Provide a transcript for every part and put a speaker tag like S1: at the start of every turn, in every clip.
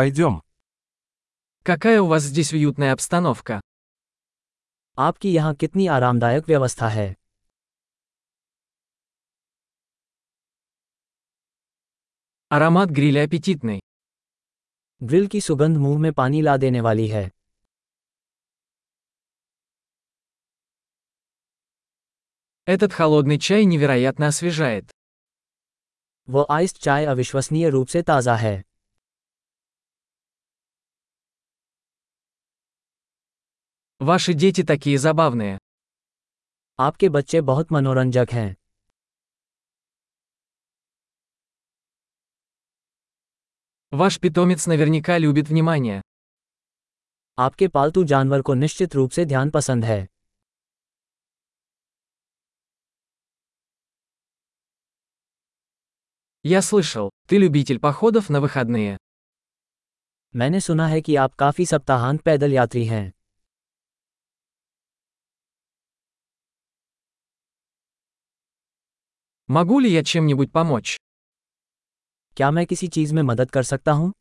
S1: Пойдем.
S2: Какая у вас здесь уютная обстановка?
S3: आपकी यहाँ कितनी आरामदायक व्यवस्था है
S2: Аромат гриля аппетитный.
S3: ग्रिल की सुगंध मुंह में पानी ला देने वाली है
S2: Этот холодный чай невероятно освежает.
S3: वो आइस्ड चाय अविश्वसनीय रूप से ताज़ा है
S2: Ваши дети такие забавные.
S3: आपके बच्चे बहुत मनोरंजक हैं
S2: Ваш питомец наверняка любит внимание.
S3: आपके पालतू जानवर को निश्चित रूप से ध्यान पसंद है
S2: Я слышал, ты любитель походов на выходные.
S3: मैंने सुना है कि आप काफ़ी सप्ताहांत पैदल यात्री हैं
S2: Могу ли я чем-нибудь помочь?
S3: क्या मैं किसी चीज़ में मदद कर सकता हूँ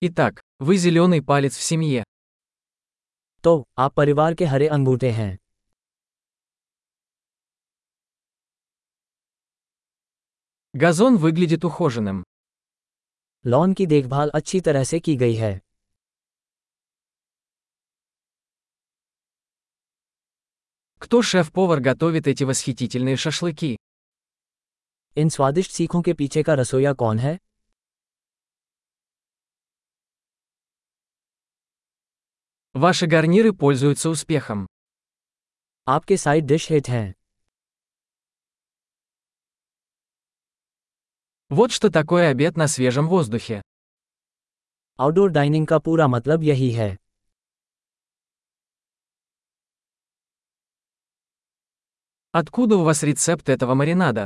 S2: Итак, вы зеленый палец в семье.
S3: तो आप परिवार के हरे अंगूठे हैं
S2: Газон выглядит ухоженным.
S3: लॉन की देखभाल अच्छी तरह से की गई है
S2: Кто шеф-повар готовит эти восхитительные шашлыки?
S3: इन स्वादिष्ट सीखों के पीछे का रसोईया कौन है
S2: Ваши гарниры пользуются успехом.
S3: आपके साइड डिश हिट हैं
S2: Вот что такое обед на свежем воздухе.
S3: आउटडोर डाइनिंग का पूरा मतलब यही है
S2: Откуда у вас рецепт этого маринада?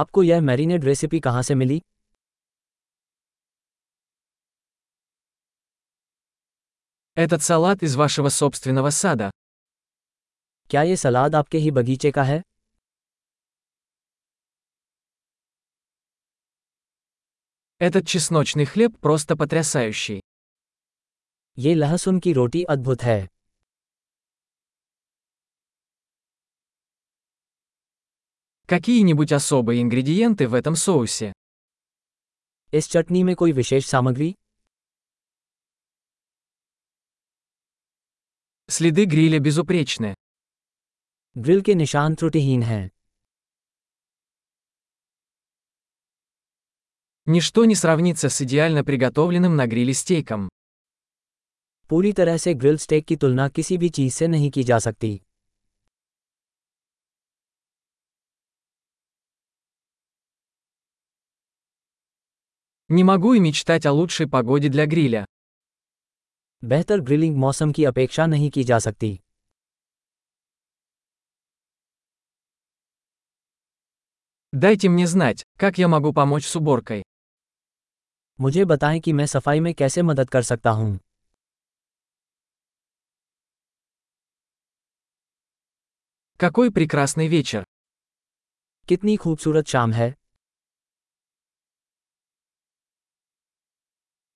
S3: आपको यह मैरिनेड रेसिपी कहाँ से मिली
S2: Этот салат из вашего собственного сада.
S3: क्या ये सलाद आपके ही बगीचे का है
S2: Этот чесночный хлеб просто потрясающий.
S3: ये लहसुन की रोटी अद्भुत है
S2: Какие-нибудь особые ингредиенты в этом соусе?
S3: इस चटनी में कोई विशेष सामग्री
S2: Следы гриля безупречны.
S3: ग्रिल के निशान त्रुटिहीन हैं
S2: Ничто не сравнится с идеально приготовленным на гриле стейком.
S3: पूरी तरह से ग्रिल स्टेक की तुलना किसी भी चीज से नहीं की जा सकती
S2: Не могу и мечтать о лучшей погоде для гриля.
S3: बेहतर ग्रिलिंग मौसम की अपेक्षा नहीं की जा सकती
S2: Дайте мне знать, как я могу помочь с уборкой.
S3: मुझे बताएं कि मैं सफाई में कैसे मदद कर सकता हूँ
S2: Какой прекрасный вечер.
S3: कितनी खूबसूरत शाम है